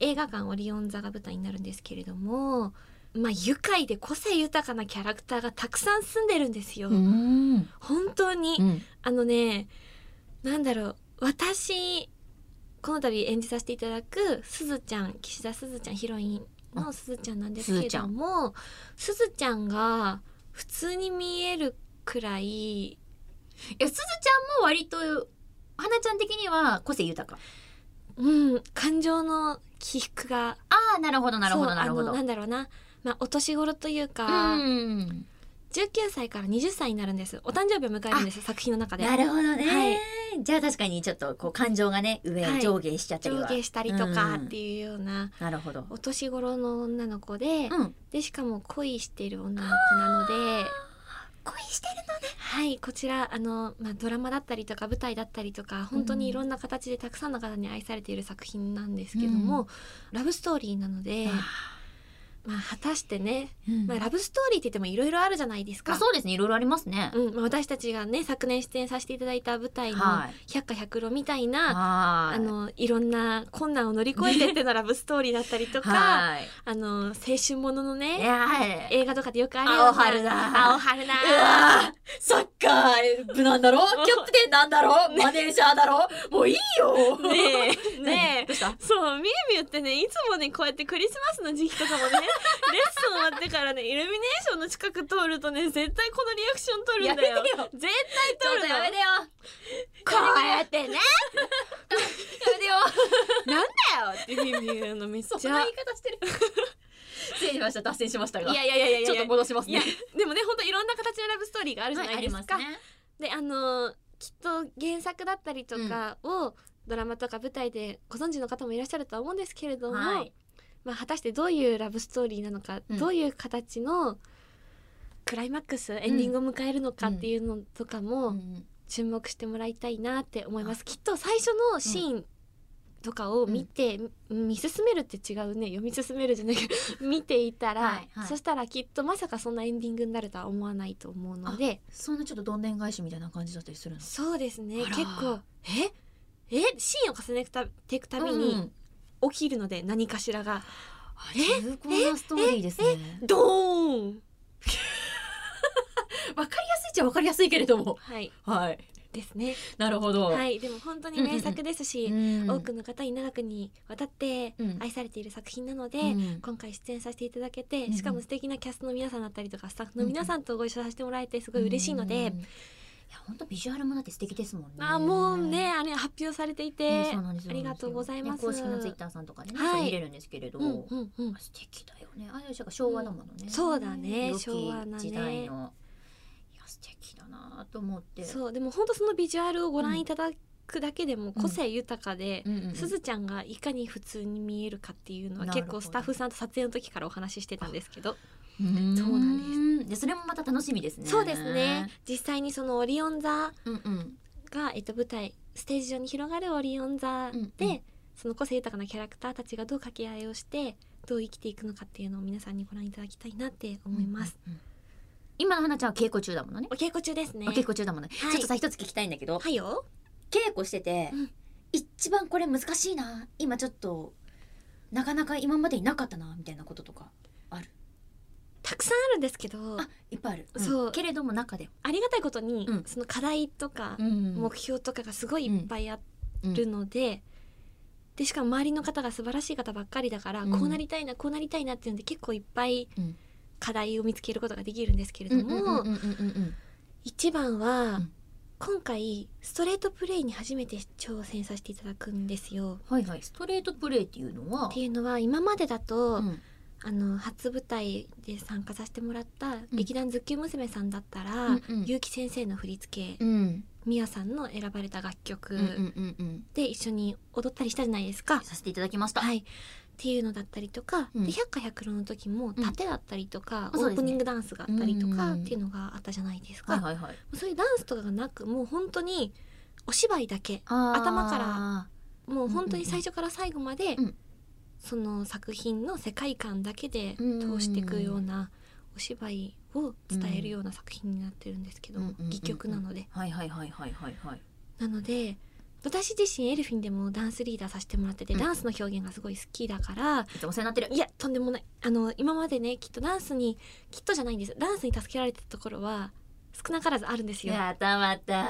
[SPEAKER 2] 映画館オリオン座が舞台になるんですけれどもまあ愉快で個性豊かなキャラクターがたくさん住んでるんですよ、
[SPEAKER 1] ん
[SPEAKER 2] 本当に、
[SPEAKER 1] うん
[SPEAKER 2] あのねなんだろう私この度演じさせていただくすずちゃん岸田すずちゃんヒロインのすずちゃんなんですけどもすずちゃんが普通に見えるくらい
[SPEAKER 1] いやすずちゃんも割とはなちゃん的には個性豊か
[SPEAKER 2] うん感情の起伏が
[SPEAKER 1] ああなるほどなるほ
[SPEAKER 2] そ
[SPEAKER 1] ど
[SPEAKER 2] う
[SPEAKER 1] なるほ
[SPEAKER 2] あ
[SPEAKER 1] ど
[SPEAKER 2] のなんだろうなまあお年頃という
[SPEAKER 1] う
[SPEAKER 2] か、
[SPEAKER 1] ん
[SPEAKER 2] 19歳から20歳になるんですお誕生日を迎えるんです作品の中で
[SPEAKER 1] なるほどね、
[SPEAKER 2] はい
[SPEAKER 1] じゃあ確かにちょっとこう感情がね上、
[SPEAKER 2] はい
[SPEAKER 1] 上下しちゃったり
[SPEAKER 2] 上
[SPEAKER 1] は
[SPEAKER 2] 下したりとか
[SPEAKER 1] うん
[SPEAKER 2] っていうような、
[SPEAKER 1] なるほど
[SPEAKER 2] お年頃の女の子で、
[SPEAKER 1] うん
[SPEAKER 2] でしかも恋してる女の子なので
[SPEAKER 1] 恋してる
[SPEAKER 2] はいこちらあの、まあ、ドラマだったりとか舞台だったりとか本当にいろんな形でたくさんの方に愛されている作品なんですけども、ラブストーリーなので、まあ、果たしてね、
[SPEAKER 1] うん
[SPEAKER 2] まあ、ラブストーリーって言ってもいろいろあるじゃないです
[SPEAKER 1] まあ
[SPEAKER 2] か。
[SPEAKER 1] そうですねいろいろありますね、
[SPEAKER 2] うんまあ、私たちがね昨年出演させていただいた舞台の
[SPEAKER 1] はい
[SPEAKER 2] 「百花百路」みたいな、
[SPEAKER 1] はい
[SPEAKER 2] あのいろんな困難を乗り越えてっての
[SPEAKER 1] <laughs>
[SPEAKER 2] ラブストーリーだったりとか
[SPEAKER 1] はい
[SPEAKER 2] あの青春もののね
[SPEAKER 1] いやはい
[SPEAKER 2] 映画とかでよくある
[SPEAKER 1] 青春だ
[SPEAKER 2] 青春だ
[SPEAKER 1] うわーサッカー部なんだろ <laughs> キャプテンなんだろマネージャーだろもういいよ <laughs>
[SPEAKER 2] ねえ
[SPEAKER 1] ねえ
[SPEAKER 2] ねえそうみゆみゆってねいつもねこうやってクリスマスの時期と
[SPEAKER 1] <laughs>
[SPEAKER 2] かもねレッスン終わってからねイルミネーションの近く通るとね絶対このリアクション取るんだよ
[SPEAKER 1] やめてよち
[SPEAKER 2] 絶
[SPEAKER 1] ょ
[SPEAKER 2] 対
[SPEAKER 1] っ
[SPEAKER 2] 取
[SPEAKER 1] と
[SPEAKER 2] るの
[SPEAKER 1] やめてよこうやってね <laughs> やめてよ
[SPEAKER 2] なんだよってみゆみゆのめっちゃ
[SPEAKER 1] そんな言い方してる失礼しました脱線しましたが
[SPEAKER 2] いやいやいやいやいや
[SPEAKER 1] ちょっと戻します
[SPEAKER 2] い
[SPEAKER 1] ね
[SPEAKER 2] やでもね本当いろんな形のラブストーリーがあるじゃないですか、であのーきっと原作だったりとかを、ドラマとか舞台でご存知の方もいらっしゃるとは思うんですけれども、
[SPEAKER 1] はい
[SPEAKER 2] まあ、果たしてどういうラブストーリーなのか、
[SPEAKER 1] うん
[SPEAKER 2] どういう形のクライマックスエンディングを迎えるのかっていうのとかも注目してもらいたいなって思います、きっと最初のシーンとかを見て、見進めるって違うね読み進めるじゃないけ <laughs> ど見ていたら、
[SPEAKER 1] はいはい
[SPEAKER 2] そしたらきっとまさかそんなエンディングになるとは思わないと思うので
[SPEAKER 1] そんなちょっとどんでん返しみたいな感じだったりするの
[SPEAKER 2] そうですね
[SPEAKER 1] あら
[SPEAKER 2] 結構ええシーンを重ねていくたび
[SPEAKER 1] う
[SPEAKER 2] に
[SPEAKER 1] ん
[SPEAKER 2] 起きるので何かしらが
[SPEAKER 1] あ重厚なストーリーですね
[SPEAKER 2] ドーン
[SPEAKER 1] わかりやすいっちゃわかりやすいけれども <laughs>
[SPEAKER 2] はい
[SPEAKER 1] はい
[SPEAKER 2] ですね
[SPEAKER 1] なるほど
[SPEAKER 2] はいでも本当に名作ですし、
[SPEAKER 1] うん
[SPEAKER 2] 多くの方に長くにわたって
[SPEAKER 1] うん
[SPEAKER 2] 愛されている作品なので、
[SPEAKER 1] うん
[SPEAKER 2] 今回出演させていただけて、
[SPEAKER 1] うん
[SPEAKER 2] しかも素敵なキャストの皆さんだったりとかスタッフの皆さんとご一緒させてもらえてすごい嬉しいので、
[SPEAKER 1] うんいや本当ビジュアルもだって素敵ですもんね
[SPEAKER 2] あもうねあれ発表されていて、
[SPEAKER 1] ねそうなんですよ
[SPEAKER 2] ありがとうございます
[SPEAKER 1] ね公式のツイッターさんとかでね、
[SPEAKER 2] は
[SPEAKER 1] そ
[SPEAKER 2] い
[SPEAKER 1] う見れるんですけれど、
[SPEAKER 2] うんうんうん
[SPEAKER 1] 素敵だよねあれしか昭和だものね、
[SPEAKER 2] そうだね
[SPEAKER 1] 良き
[SPEAKER 2] 昭和だね
[SPEAKER 1] 時代のいや素敵だなと思って
[SPEAKER 2] そうでも本当そのビジュアルをご覧いただくだけでも個性豊かで、
[SPEAKER 1] うんうんうん
[SPEAKER 2] すずちゃんがいかに普通に見えるかっていうのは
[SPEAKER 1] なる
[SPEAKER 2] 結
[SPEAKER 1] ほど
[SPEAKER 2] 構スタッフさんと撮影の時からお話ししてたんですけど、
[SPEAKER 1] うん
[SPEAKER 2] そうなん
[SPEAKER 1] でそれもまた楽しみですね
[SPEAKER 2] そうですね実際にそのオリオン座
[SPEAKER 1] うんうん
[SPEAKER 2] が、えっと、舞台ステージ上に広がるオリオン座で、
[SPEAKER 1] うんうん
[SPEAKER 2] その個性豊かなキャラクターたちがどう掛け合いをしてどう生きていくのかっていうのを皆さんにご覧いただきたいなって思います。
[SPEAKER 1] うんうん今の花ちゃんは稽古中だものね
[SPEAKER 2] お稽古中ですね
[SPEAKER 1] お稽古中だもんね、
[SPEAKER 2] はい
[SPEAKER 1] ちょっとさ一つ聞きたいんだけど、
[SPEAKER 2] はいよ
[SPEAKER 1] 稽古してて、
[SPEAKER 2] うん
[SPEAKER 1] 一番これ難しいな今ちょっとなかなか今までになかったなみたいなこととか
[SPEAKER 2] たくさんあるんですけど
[SPEAKER 1] あいっぱいある、
[SPEAKER 2] そう
[SPEAKER 1] けれども中で
[SPEAKER 2] ありがたいことに、
[SPEAKER 1] うん
[SPEAKER 2] その課題とか
[SPEAKER 1] 目
[SPEAKER 2] 目標とかがすごいいっぱいあるので、でしかも周りの方が素晴らしい方ばっかりだから、
[SPEAKER 1] うん
[SPEAKER 2] こうなりたいなこうなりたいなっていうので結構いっぱい
[SPEAKER 1] うん
[SPEAKER 2] 課題を見つけることができるんですけれども、
[SPEAKER 1] も
[SPEAKER 2] 一番は、
[SPEAKER 1] うん
[SPEAKER 2] 今回ストレートプレイに初めて挑戦させていただくんですよ。
[SPEAKER 1] はいはいストレートプレイっていうのは
[SPEAKER 2] っていうのは今までだと、
[SPEAKER 1] うん
[SPEAKER 2] あの初舞台で参加させてもらった劇団ズッキュン娘さんだったら、
[SPEAKER 1] うんうん
[SPEAKER 2] 結城先生の振り付け、
[SPEAKER 1] うん
[SPEAKER 2] みやさんの選ばれた楽曲、
[SPEAKER 1] うんうんうんうん
[SPEAKER 2] で一緒に踊ったりしたじゃないですか。
[SPEAKER 1] させていただきました、
[SPEAKER 2] はい、っていうのだったりとか、
[SPEAKER 1] うん
[SPEAKER 2] で百花百郎の時も盾だったりとか、
[SPEAKER 1] うんそう
[SPEAKER 2] オ
[SPEAKER 1] ですね
[SPEAKER 2] ープニングダンスがあったりと
[SPEAKER 1] うんうん
[SPEAKER 2] か
[SPEAKER 1] うん
[SPEAKER 2] っていうのがあったじゃないですか、
[SPEAKER 1] はいはいはい
[SPEAKER 2] そういうダンスとかがなくもう本当にお芝居だけ頭からもう本当に最初から最後まで、
[SPEAKER 1] うん
[SPEAKER 2] その作品の世界観だけで
[SPEAKER 1] うんうんうん
[SPEAKER 2] 通していくようなお芝居を伝えるような作品になってるんですけど、
[SPEAKER 1] うんうんうんうん
[SPEAKER 2] 戯曲なので。
[SPEAKER 1] はいはいはいはいはいはい
[SPEAKER 2] なので私自身エルフィンでもダンスリーダーさせてもらってて、
[SPEAKER 1] うん
[SPEAKER 2] ダンスの表現がすごい好きだから、
[SPEAKER 1] いつもお世話になってる
[SPEAKER 2] いやとんでもないあの今までねきっとダンスにきっとじゃないんですダンスに助けられてたところは少なからずあるんですよ
[SPEAKER 1] ったまた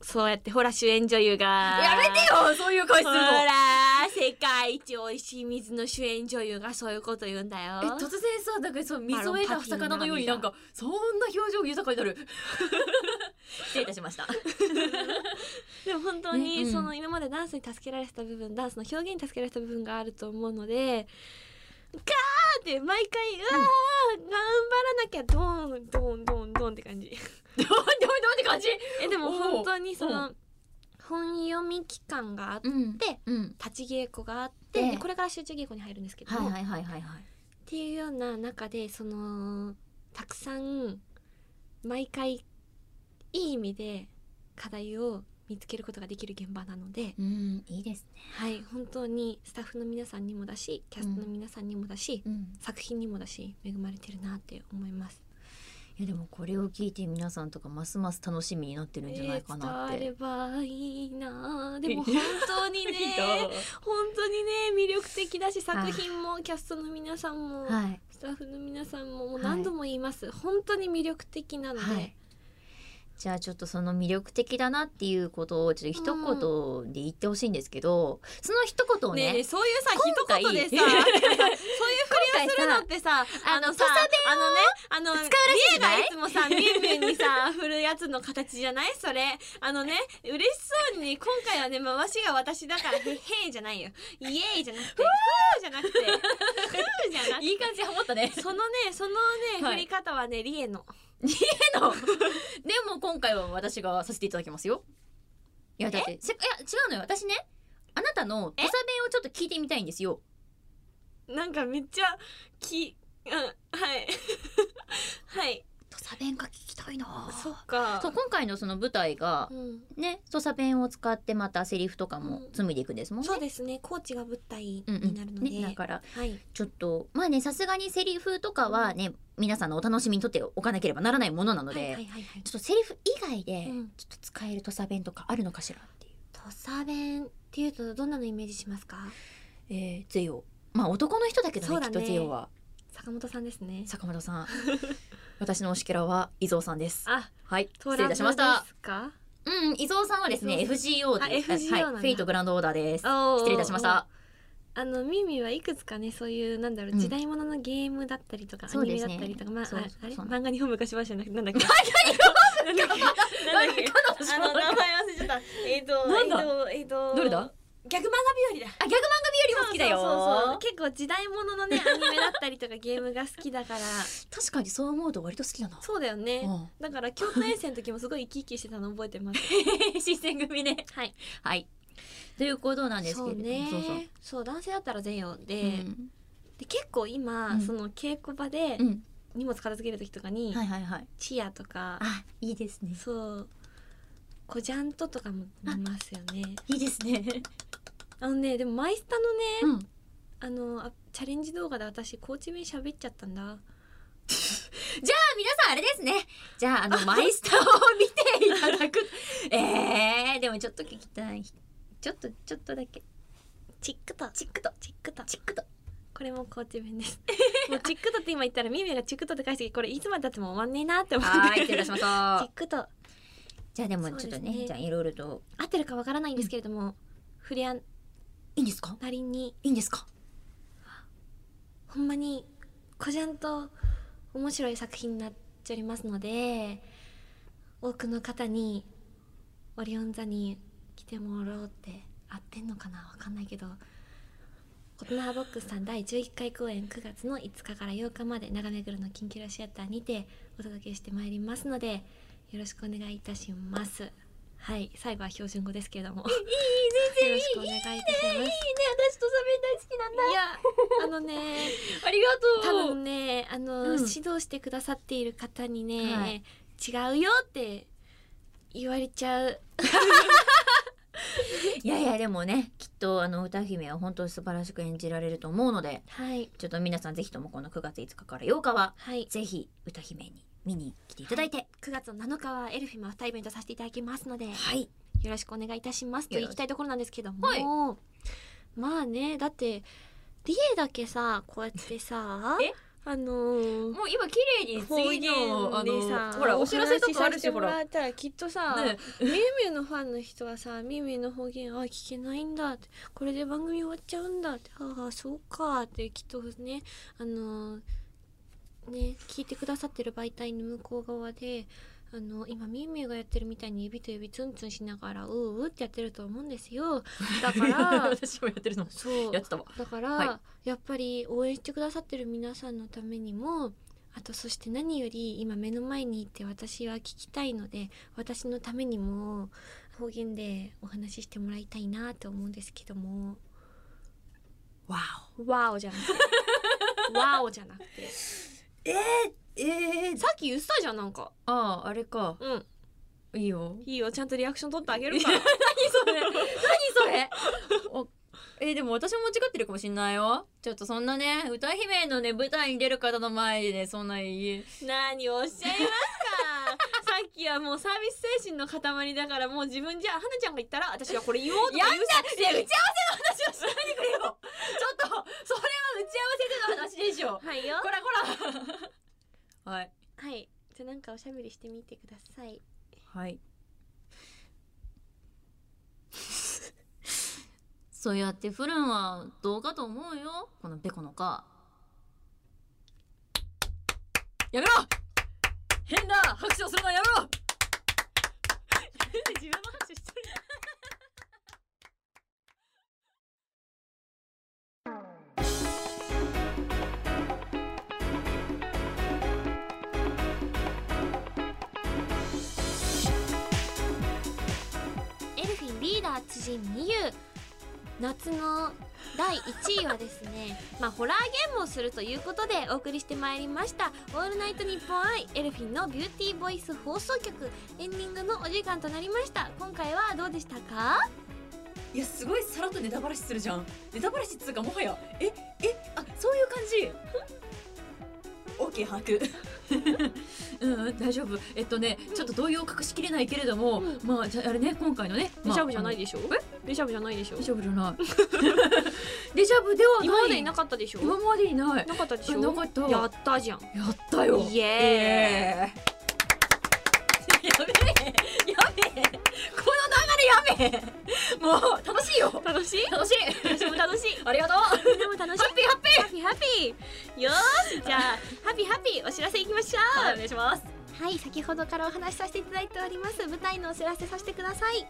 [SPEAKER 2] そうやってほら主演女優が
[SPEAKER 1] やめてよそういう声す
[SPEAKER 2] ほ
[SPEAKER 1] る
[SPEAKER 2] ら
[SPEAKER 1] の
[SPEAKER 2] 世界一美味しい水の主演女優がそういうこと言うんだよ
[SPEAKER 1] え突然さなんかそう水を得た魚のようになんかそんな表情豊かになる失礼いたしました
[SPEAKER 2] でも本当に、
[SPEAKER 1] ねうん
[SPEAKER 2] その今までダンスに助けられてた部分ダンスの表現に助けられてた部分があると思うのでガーって毎回うわー、頑張らなきゃドーンドーンドーンドーンって感じ
[SPEAKER 1] どうどうどうって感じ
[SPEAKER 2] えでも
[SPEAKER 1] おう
[SPEAKER 2] 本当にそ
[SPEAKER 1] お
[SPEAKER 2] の本読み期間があって、
[SPEAKER 1] んうん
[SPEAKER 2] 立ち稽古があって、
[SPEAKER 1] ええ
[SPEAKER 2] でこれから集中稽古に入るんですけど
[SPEAKER 1] は
[SPEAKER 2] も、
[SPEAKER 1] いはいはいはいはい
[SPEAKER 2] っていうような中でそのたくさん毎回いい意味で課題を見つけることができる現場なので、
[SPEAKER 1] うんいいですね
[SPEAKER 2] はい本当にスタッフの皆さんにもだしキャストの皆さんにもだし、
[SPEAKER 1] うん
[SPEAKER 2] 作品にもだし恵まれてるなって思います。
[SPEAKER 1] いやでもこれを聞いて皆さんとかますます楽しみになってるんじゃないかなっ
[SPEAKER 2] えー伝わ
[SPEAKER 1] て
[SPEAKER 2] ればいいなでも本当にね本当にね魅力的だし作品もキャストの皆さんも、
[SPEAKER 1] はい
[SPEAKER 2] スタッフの皆さんももう
[SPEAKER 1] はい
[SPEAKER 2] 何度も言います、本当に魅力的なので、
[SPEAKER 1] はいじゃあちょっとその魅力的だなっていうことをちょっと一言で言ってほしいんですけど、その一言を
[SPEAKER 2] ね
[SPEAKER 1] ね
[SPEAKER 2] えねえそういうさ
[SPEAKER 1] 今回
[SPEAKER 2] 一言で
[SPEAKER 1] <laughs>
[SPEAKER 2] さそういうふりをするのっ
[SPEAKER 1] 回
[SPEAKER 2] てさ
[SPEAKER 1] さ
[SPEAKER 2] あの
[SPEAKER 1] あの土
[SPEAKER 2] さ
[SPEAKER 1] 佐
[SPEAKER 2] あのねあの
[SPEAKER 1] 使うらしいじゃない
[SPEAKER 2] リエがいつもさミュウミュウにさ振るやつの形じゃないそれあのね嬉しそうに今回はね回しが私だからへっへーじゃないよイエーイじゃなくてふーじゃなくてふーじゃなくて
[SPEAKER 1] いい感じでハモった <laughs> ね
[SPEAKER 2] そのねそのね、
[SPEAKER 1] はい
[SPEAKER 2] 振り方はねリエの
[SPEAKER 1] <laughs> でも今回は私がさせていただきますよいやだってせいや違うのよ私ねあなたの土佐弁をちょっと聞いてみたいんですよ
[SPEAKER 2] なんかめっちゃきうんはい <laughs> はい
[SPEAKER 1] 土佐弁が聞きたいな
[SPEAKER 2] そっか
[SPEAKER 1] そう今回のその舞台が
[SPEAKER 2] うん
[SPEAKER 1] ね土佐弁を使ってまたセリフとかも紡いでいくんですもんね、
[SPEAKER 2] そうですねコーチが舞台に
[SPEAKER 1] うんうん
[SPEAKER 2] なるので、
[SPEAKER 1] ね、だから
[SPEAKER 2] はい
[SPEAKER 1] ちょっとまあねさすがにセリフとかはね皆さんのお楽しみにとっておかなければならないものなので、
[SPEAKER 2] はいはいはいはい
[SPEAKER 1] ちょっとセリフ以外で
[SPEAKER 2] うん
[SPEAKER 1] ちょっと使える土佐弁とかあるのかしらっていう、
[SPEAKER 2] 土佐弁っていうとどんなのイメージしますか
[SPEAKER 1] えー、ゼヨまあ男の人だけどね
[SPEAKER 2] そう
[SPEAKER 1] き
[SPEAKER 2] だ
[SPEAKER 1] っ
[SPEAKER 2] ね
[SPEAKER 1] とゼヨは
[SPEAKER 2] 坂本さんですね
[SPEAKER 1] 坂本
[SPEAKER 2] <laughs>
[SPEAKER 1] さん私の推しキャラは伊蔵さんです
[SPEAKER 2] あ
[SPEAKER 1] はい失
[SPEAKER 2] トラ
[SPEAKER 1] 礼いた
[SPEAKER 2] ブです
[SPEAKER 1] しました
[SPEAKER 2] か
[SPEAKER 1] うん伊蔵さんはですね
[SPEAKER 2] 伊
[SPEAKER 1] FGO
[SPEAKER 2] あ
[SPEAKER 1] で
[SPEAKER 2] FGO
[SPEAKER 1] はい
[SPEAKER 2] なんだ
[SPEAKER 1] フェイトグランドオーダーです
[SPEAKER 2] おー
[SPEAKER 1] 失礼いたしました
[SPEAKER 2] あのミミはいくつかねそういうなんだろう、
[SPEAKER 1] うん
[SPEAKER 2] 時代物のゲームだったりとか、
[SPEAKER 1] そ
[SPEAKER 2] ア
[SPEAKER 1] う
[SPEAKER 2] ニ
[SPEAKER 1] です
[SPEAKER 2] メだっ
[SPEAKER 1] ね
[SPEAKER 2] たりとかまあ
[SPEAKER 1] そう
[SPEAKER 2] あ
[SPEAKER 1] そう
[SPEAKER 2] あれ
[SPEAKER 1] そう
[SPEAKER 2] 漫画日本昔話じゃなくてなんだっけなんだっけ
[SPEAKER 1] なんだっけ
[SPEAKER 2] あの名前忘れちゃったえっ、と
[SPEAKER 1] なんだ
[SPEAKER 2] えっ、とえっ、と
[SPEAKER 1] どれだ
[SPEAKER 2] ギャグ漫画日和だ。
[SPEAKER 1] あギャグ漫画日和も好きだよ
[SPEAKER 2] そうそうそう結構時代物の
[SPEAKER 1] <laughs>
[SPEAKER 2] ね、アニメだったりとかゲームが好きだから、
[SPEAKER 1] 確かにそう思うと割と好きだな
[SPEAKER 2] そうだよね。
[SPEAKER 1] うん
[SPEAKER 2] だから京都遠征の時もすごい生き生きしてたの覚えてます。 <laughs>
[SPEAKER 1] 新選組ね
[SPEAKER 2] はい。
[SPEAKER 1] <laughs> はいということなんです
[SPEAKER 2] そ
[SPEAKER 1] けれど
[SPEAKER 2] う
[SPEAKER 1] も
[SPEAKER 2] ね。そ
[SPEAKER 1] そううそう
[SPEAKER 2] 男性だったら全用で、
[SPEAKER 1] うん
[SPEAKER 2] で結構今、
[SPEAKER 1] うん
[SPEAKER 2] その稽古場で
[SPEAKER 1] うん
[SPEAKER 2] 荷物片付ける時とかに、
[SPEAKER 1] はいはいはい
[SPEAKER 2] チアとか、
[SPEAKER 1] あいいですね
[SPEAKER 2] そう。コジャントとかも見ますよね。
[SPEAKER 1] いいですね
[SPEAKER 2] あのね、でもマイスタのね、
[SPEAKER 1] <laughs> うん
[SPEAKER 2] あのあチャレンジ動画で私コーチ名喋っちゃったんだ。
[SPEAKER 1] じゃあ皆さんあれですね。じゃああ <laughs> のマイスターを見ていただ <laughs> く。えー、でもちょっと聞きたい。ちょっとちょっとだけ。
[SPEAKER 2] チックと
[SPEAKER 1] チックと
[SPEAKER 2] チックと
[SPEAKER 1] チックと。
[SPEAKER 2] これもコーチ名です。 <laughs> もうチックとって今言ったらミミがチックとって返してきてこれいつまでたっても終わんねえなって思って。
[SPEAKER 1] はーい失礼しまし
[SPEAKER 2] チ
[SPEAKER 1] た
[SPEAKER 2] ッ。クと
[SPEAKER 1] <laughs> じゃあでもちょっとね
[SPEAKER 2] そうですね
[SPEAKER 1] じゃあいろいろと
[SPEAKER 2] 合ってるかわからないんですけれども、フレア
[SPEAKER 1] いいんですか？
[SPEAKER 2] なりに
[SPEAKER 1] いいんですか？
[SPEAKER 2] ほんまにこじゃんと面白い作品になっておりますので多くの方にオリオン座に来てもらおうって合ってんのかなわかんないけどコトナーボックスさん第11回公演9月の5日から8日まで長目黒のキンキラシアターにてお届けしてまいりますのでよろしくお願いいたしますはい最後は標準語ですけれども
[SPEAKER 1] 全
[SPEAKER 2] よろしくお願いいたします
[SPEAKER 1] 私と喋り大好きなん
[SPEAKER 2] いやあのね
[SPEAKER 1] あり
[SPEAKER 2] 多
[SPEAKER 1] がとう。
[SPEAKER 2] 分ねあの、
[SPEAKER 1] うん
[SPEAKER 2] 指導してくださっている方にね、
[SPEAKER 1] はい
[SPEAKER 2] 違うよって言われちゃう
[SPEAKER 1] いやいやでもねきっとあの歌姫は本当に素晴らしく演じられると思うので、
[SPEAKER 2] はい
[SPEAKER 1] ちょっと皆さんぜひともこの9月5日から8日は
[SPEAKER 2] はい
[SPEAKER 1] ぜひ歌姫に見に来ていただいて。
[SPEAKER 2] 9月の7日はエルフィムアフターイベントさせていただきますので
[SPEAKER 1] はい。
[SPEAKER 2] よろしくお願いいたしますと
[SPEAKER 1] よろし
[SPEAKER 2] 行きたいところなんですけども、
[SPEAKER 1] はい
[SPEAKER 2] まあねだってリエだけさこうやって <laughs> さ
[SPEAKER 1] え
[SPEAKER 2] あのー
[SPEAKER 1] もう今綺麗に
[SPEAKER 2] こういう
[SPEAKER 1] 次のあ
[SPEAKER 2] で
[SPEAKER 1] の
[SPEAKER 2] さ
[SPEAKER 1] ほらお知らせとかあるしほ
[SPEAKER 2] お話させても
[SPEAKER 1] ら
[SPEAKER 2] らったらきっとさ、
[SPEAKER 1] ね
[SPEAKER 2] ミュウミュウのファンの人はさミュウミュウの方言あ聞けないんだってこれで番組終わっちゃうんだってああそうかってきっとねあのーね聞いてくださってる媒体の向こう側で。あの今ミュウミュウがやってるみたいに指と指ツンツンしながらうううってやってると思うんですよだ
[SPEAKER 1] <laughs>
[SPEAKER 2] から
[SPEAKER 1] 私もやってるの
[SPEAKER 2] そう
[SPEAKER 1] やってたわ
[SPEAKER 2] だから、
[SPEAKER 1] は
[SPEAKER 2] やっぱり応援してくださってる皆さんのためにもあとそして何より今目の前にいて私は聞きたいので私のためにも方言でお話ししてもらいたいなと思うんですけども
[SPEAKER 1] わ
[SPEAKER 2] 「わお」じゃなく <laughs> て「わお」じゃなくてさ
[SPEAKER 1] おええー、
[SPEAKER 2] っき言ってたじゃんなんか
[SPEAKER 1] あああれか
[SPEAKER 2] うん
[SPEAKER 1] いいよ
[SPEAKER 2] いいよちゃんとリアクション取ってあげる <laughs> から
[SPEAKER 1] 何それ何それ <laughs> おえーでも私も間違ってるかもしんないよちょっとそんなね歌姫のね舞台に出る方の前でねそんな言え
[SPEAKER 2] 何をおっしゃいますかさっきはもうサービス精神の塊だからもう自分じゃ花ちゃんが言ったら私はこれ言おうとか
[SPEAKER 1] やん
[SPEAKER 2] 言う
[SPEAKER 1] なくて打ち合わせの話をしないでくれよちょっとそれは打ち合わせでの話でしょ
[SPEAKER 2] はいよ
[SPEAKER 1] こらこらはい
[SPEAKER 2] はい。じゃあなんかおしゃべりしてみてください。
[SPEAKER 1] はい。そうやって振るんはどうかと思うよ。このベコのか。やめろ変な拍手をするのはや <laughs> めろ
[SPEAKER 2] 自分の話してる。エルフィンリーダー辻美優夏の第1位はですね <laughs> まあホラーゲームをするということでお送りしてまいりました「オールナイトニッポン愛エルフィンのビューティーボイス放送局」エンディングのお時間となりました今回はどうでしたか
[SPEAKER 1] いや、すごいさらっとネタバラシするじゃん。ネタバラシっつうかもはや、え、え、あ、そういう感じ。オッケー、吐く。
[SPEAKER 2] <laughs>
[SPEAKER 1] うんうん、大丈夫。えっとね、ちょっと動揺を隠しきれないけれども、
[SPEAKER 2] う
[SPEAKER 1] まあ、じゃああれね、今回のね、まあ
[SPEAKER 2] でしょデジャブじゃないでしょ
[SPEAKER 1] デジャブじゃない。 <laughs> デジャブではない。
[SPEAKER 2] 今までいなかったでしょ
[SPEAKER 1] 今までにない。
[SPEAKER 2] なかったでし
[SPEAKER 1] な
[SPEAKER 2] ょ
[SPEAKER 1] かった。
[SPEAKER 2] やったじゃん
[SPEAKER 1] やったよ。
[SPEAKER 2] イ
[SPEAKER 1] イ
[SPEAKER 2] エ
[SPEAKER 1] エーイ。 <laughs> やべえ、やべえ。この流れやべえ。もう楽しいよ。
[SPEAKER 2] 楽しい
[SPEAKER 1] 楽しい。 <laughs>
[SPEAKER 2] 私も楽しい
[SPEAKER 1] ありがとう。ハ
[SPEAKER 2] みんなも楽しい
[SPEAKER 1] ッピーハッピ
[SPEAKER 2] ハッピーハッピーよーしじゃあハッピーハッピーお知らせいきましょう
[SPEAKER 1] ー。お願いします。
[SPEAKER 2] はい、はい先ほどからお話しさせていただいております舞台のお知らせさせてください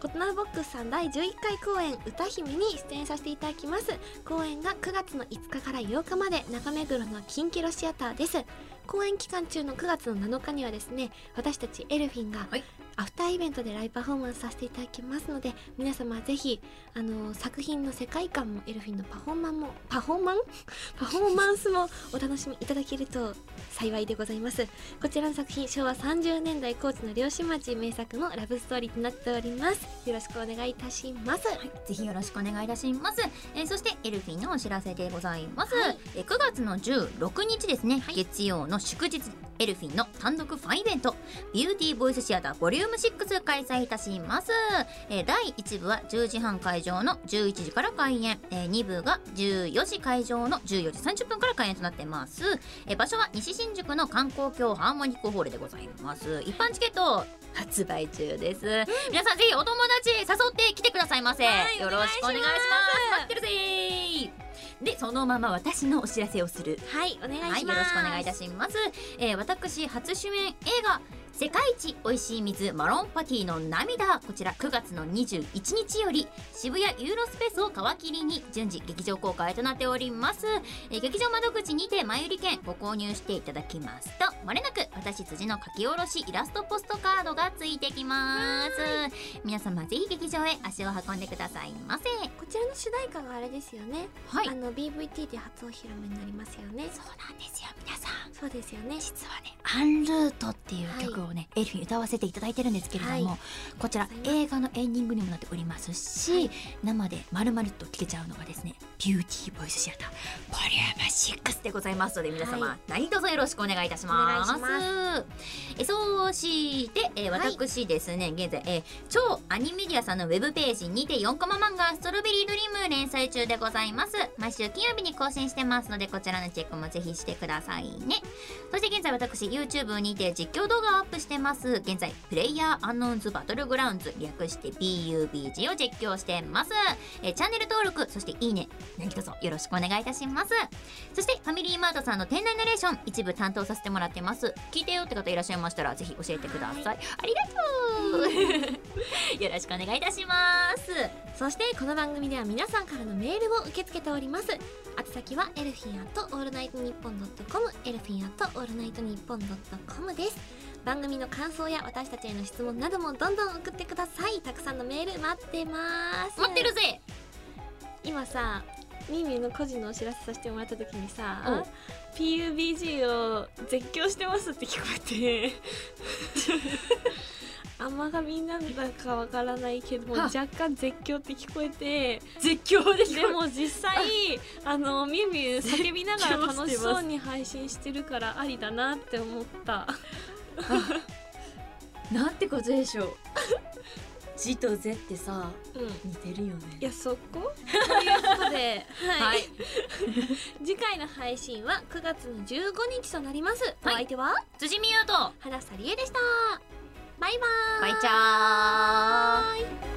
[SPEAKER 2] コトナボックスさん第11回公演歌姫に出演させていただきます公演が9月の5日から8日まで中目黒のキンキロシアターです公演期間中の9月の7日にはですね私たちエルフィンが
[SPEAKER 3] はい
[SPEAKER 2] アフターイベントでライブパフォーマンスさせていただきますので皆様ぜひあの作品の世界観もエルフィンのパフォーマンもパフォーマン <laughs> パフォーマンスもお楽しみいただけると幸いでございますこちらの作品昭和30年代高知の漁師町名作のラブストーリーとなっておりますよろしくお願いいたします
[SPEAKER 1] ぜひよろしくお願いいたします。えーそしてエルフィンのお知らせでございます。
[SPEAKER 2] はい
[SPEAKER 1] えー9月の16日ですね、月曜の祝日エルフィンの単独ファンイベントビューティーボイスシアターボリューム6開催いたします。えー第1部は10時半会場の11時から開演、え2部が14時会場の14時30分から開演となってます。えー場所は西新宿の観光協ハーモニックホールでございます。一般チケット発売中です。皆さんぜひお友達誘ってきてくださいませ。
[SPEAKER 2] はい
[SPEAKER 1] よろしくお願いします。
[SPEAKER 2] お願いします
[SPEAKER 1] 待ってるぜで、そのまま私のお知らせをする。
[SPEAKER 2] はいお願
[SPEAKER 1] はいい、
[SPEAKER 2] し
[SPEAKER 1] よ
[SPEAKER 2] ます、
[SPEAKER 1] ろしくお願いいたします。えー私初主演映画世界一美味しい水マロンパティの涙こちら9月の21日より渋谷ユーロスペースを皮切りに順次劇場公開となっております、えー劇場窓口にて前売り券ご購入していただきますともれなく私辻の書き下ろしイラストポストカードがついてきます皆様ぜひ劇場へ足を運んでくださいませ
[SPEAKER 2] こちらの主題歌があれですよね、
[SPEAKER 1] はい
[SPEAKER 2] あの BVT で初お披露目になりますよね
[SPEAKER 1] そうなんですよ皆さん
[SPEAKER 2] そうですよね
[SPEAKER 1] 実はね「アンルート」っていう曲をね、エルフィン歌わせていただいてるんですけれども、
[SPEAKER 2] は
[SPEAKER 1] こちら
[SPEAKER 2] ありがとうござい
[SPEAKER 1] 映画のエンディングにもなっておりますし、
[SPEAKER 2] はい
[SPEAKER 1] 生でまるまるっと聴けちゃうのがですね「ビューティーボイスシアターボリューム6」でございますので皆様、
[SPEAKER 2] はい
[SPEAKER 1] 何卒よろしくお願いいたします。
[SPEAKER 2] お願い
[SPEAKER 1] えそうして、えー
[SPEAKER 2] はい
[SPEAKER 1] 私ですね、現在、えー超アニメディアさんのウェブページにて4コマ漫画「ストロベリードリーム」連載中でございます毎週金曜日に更新してますのでこちらのチェックもぜひしてくださいねそして現在私 YouTube にて実況動画をアップしてます現在プレイヤーアンノーンズバトルグラウンズ略して BUBG を実況してますえーチャンネル登録そしていいね何卒よろしくお願いいたしますそしてファミリーマートさんの店内ナレーション一部担当させてもらってます聞いてよって方いらっしゃいましたらぜひ教えてください、
[SPEAKER 2] は
[SPEAKER 1] ありがとう <laughs> よろしくお願いいたします
[SPEAKER 2] そしてこの番組では皆さんからのメールを受け付けております宛先はエルフィンアットオールナイトニッポンドットコムエルフィンアットオールナイトニッポンドットコムです番組の感想や私たちへの質問などもどんどん送ってくださいたくさんのメール待ってます
[SPEAKER 1] 待ってるぜ
[SPEAKER 2] 今さミミの個人のお知らせさせてもらった時に
[SPEAKER 1] う
[SPEAKER 2] さ PUBG を絶叫してますって聞こ
[SPEAKER 1] <laughs>
[SPEAKER 2] えてあんまがみんなだかわからないけど
[SPEAKER 3] は
[SPEAKER 2] 若干絶叫って聞こえて
[SPEAKER 3] 絶叫で
[SPEAKER 2] でも実際あのミュウミュウ叫びながら楽しそうに配信してるからありだなって思った
[SPEAKER 3] なんてことでしょう
[SPEAKER 1] <laughs>
[SPEAKER 3] ジとゼってさ
[SPEAKER 2] うん <laughs> い
[SPEAKER 3] 似てるよね
[SPEAKER 2] やそこということではい、
[SPEAKER 1] はい
[SPEAKER 2] 次回の配信は9月の15日となります、
[SPEAKER 1] はい
[SPEAKER 2] お相手は
[SPEAKER 1] 辻美優と
[SPEAKER 2] 原さりえでしたバイバーイ
[SPEAKER 1] バイチャー
[SPEAKER 2] ーイ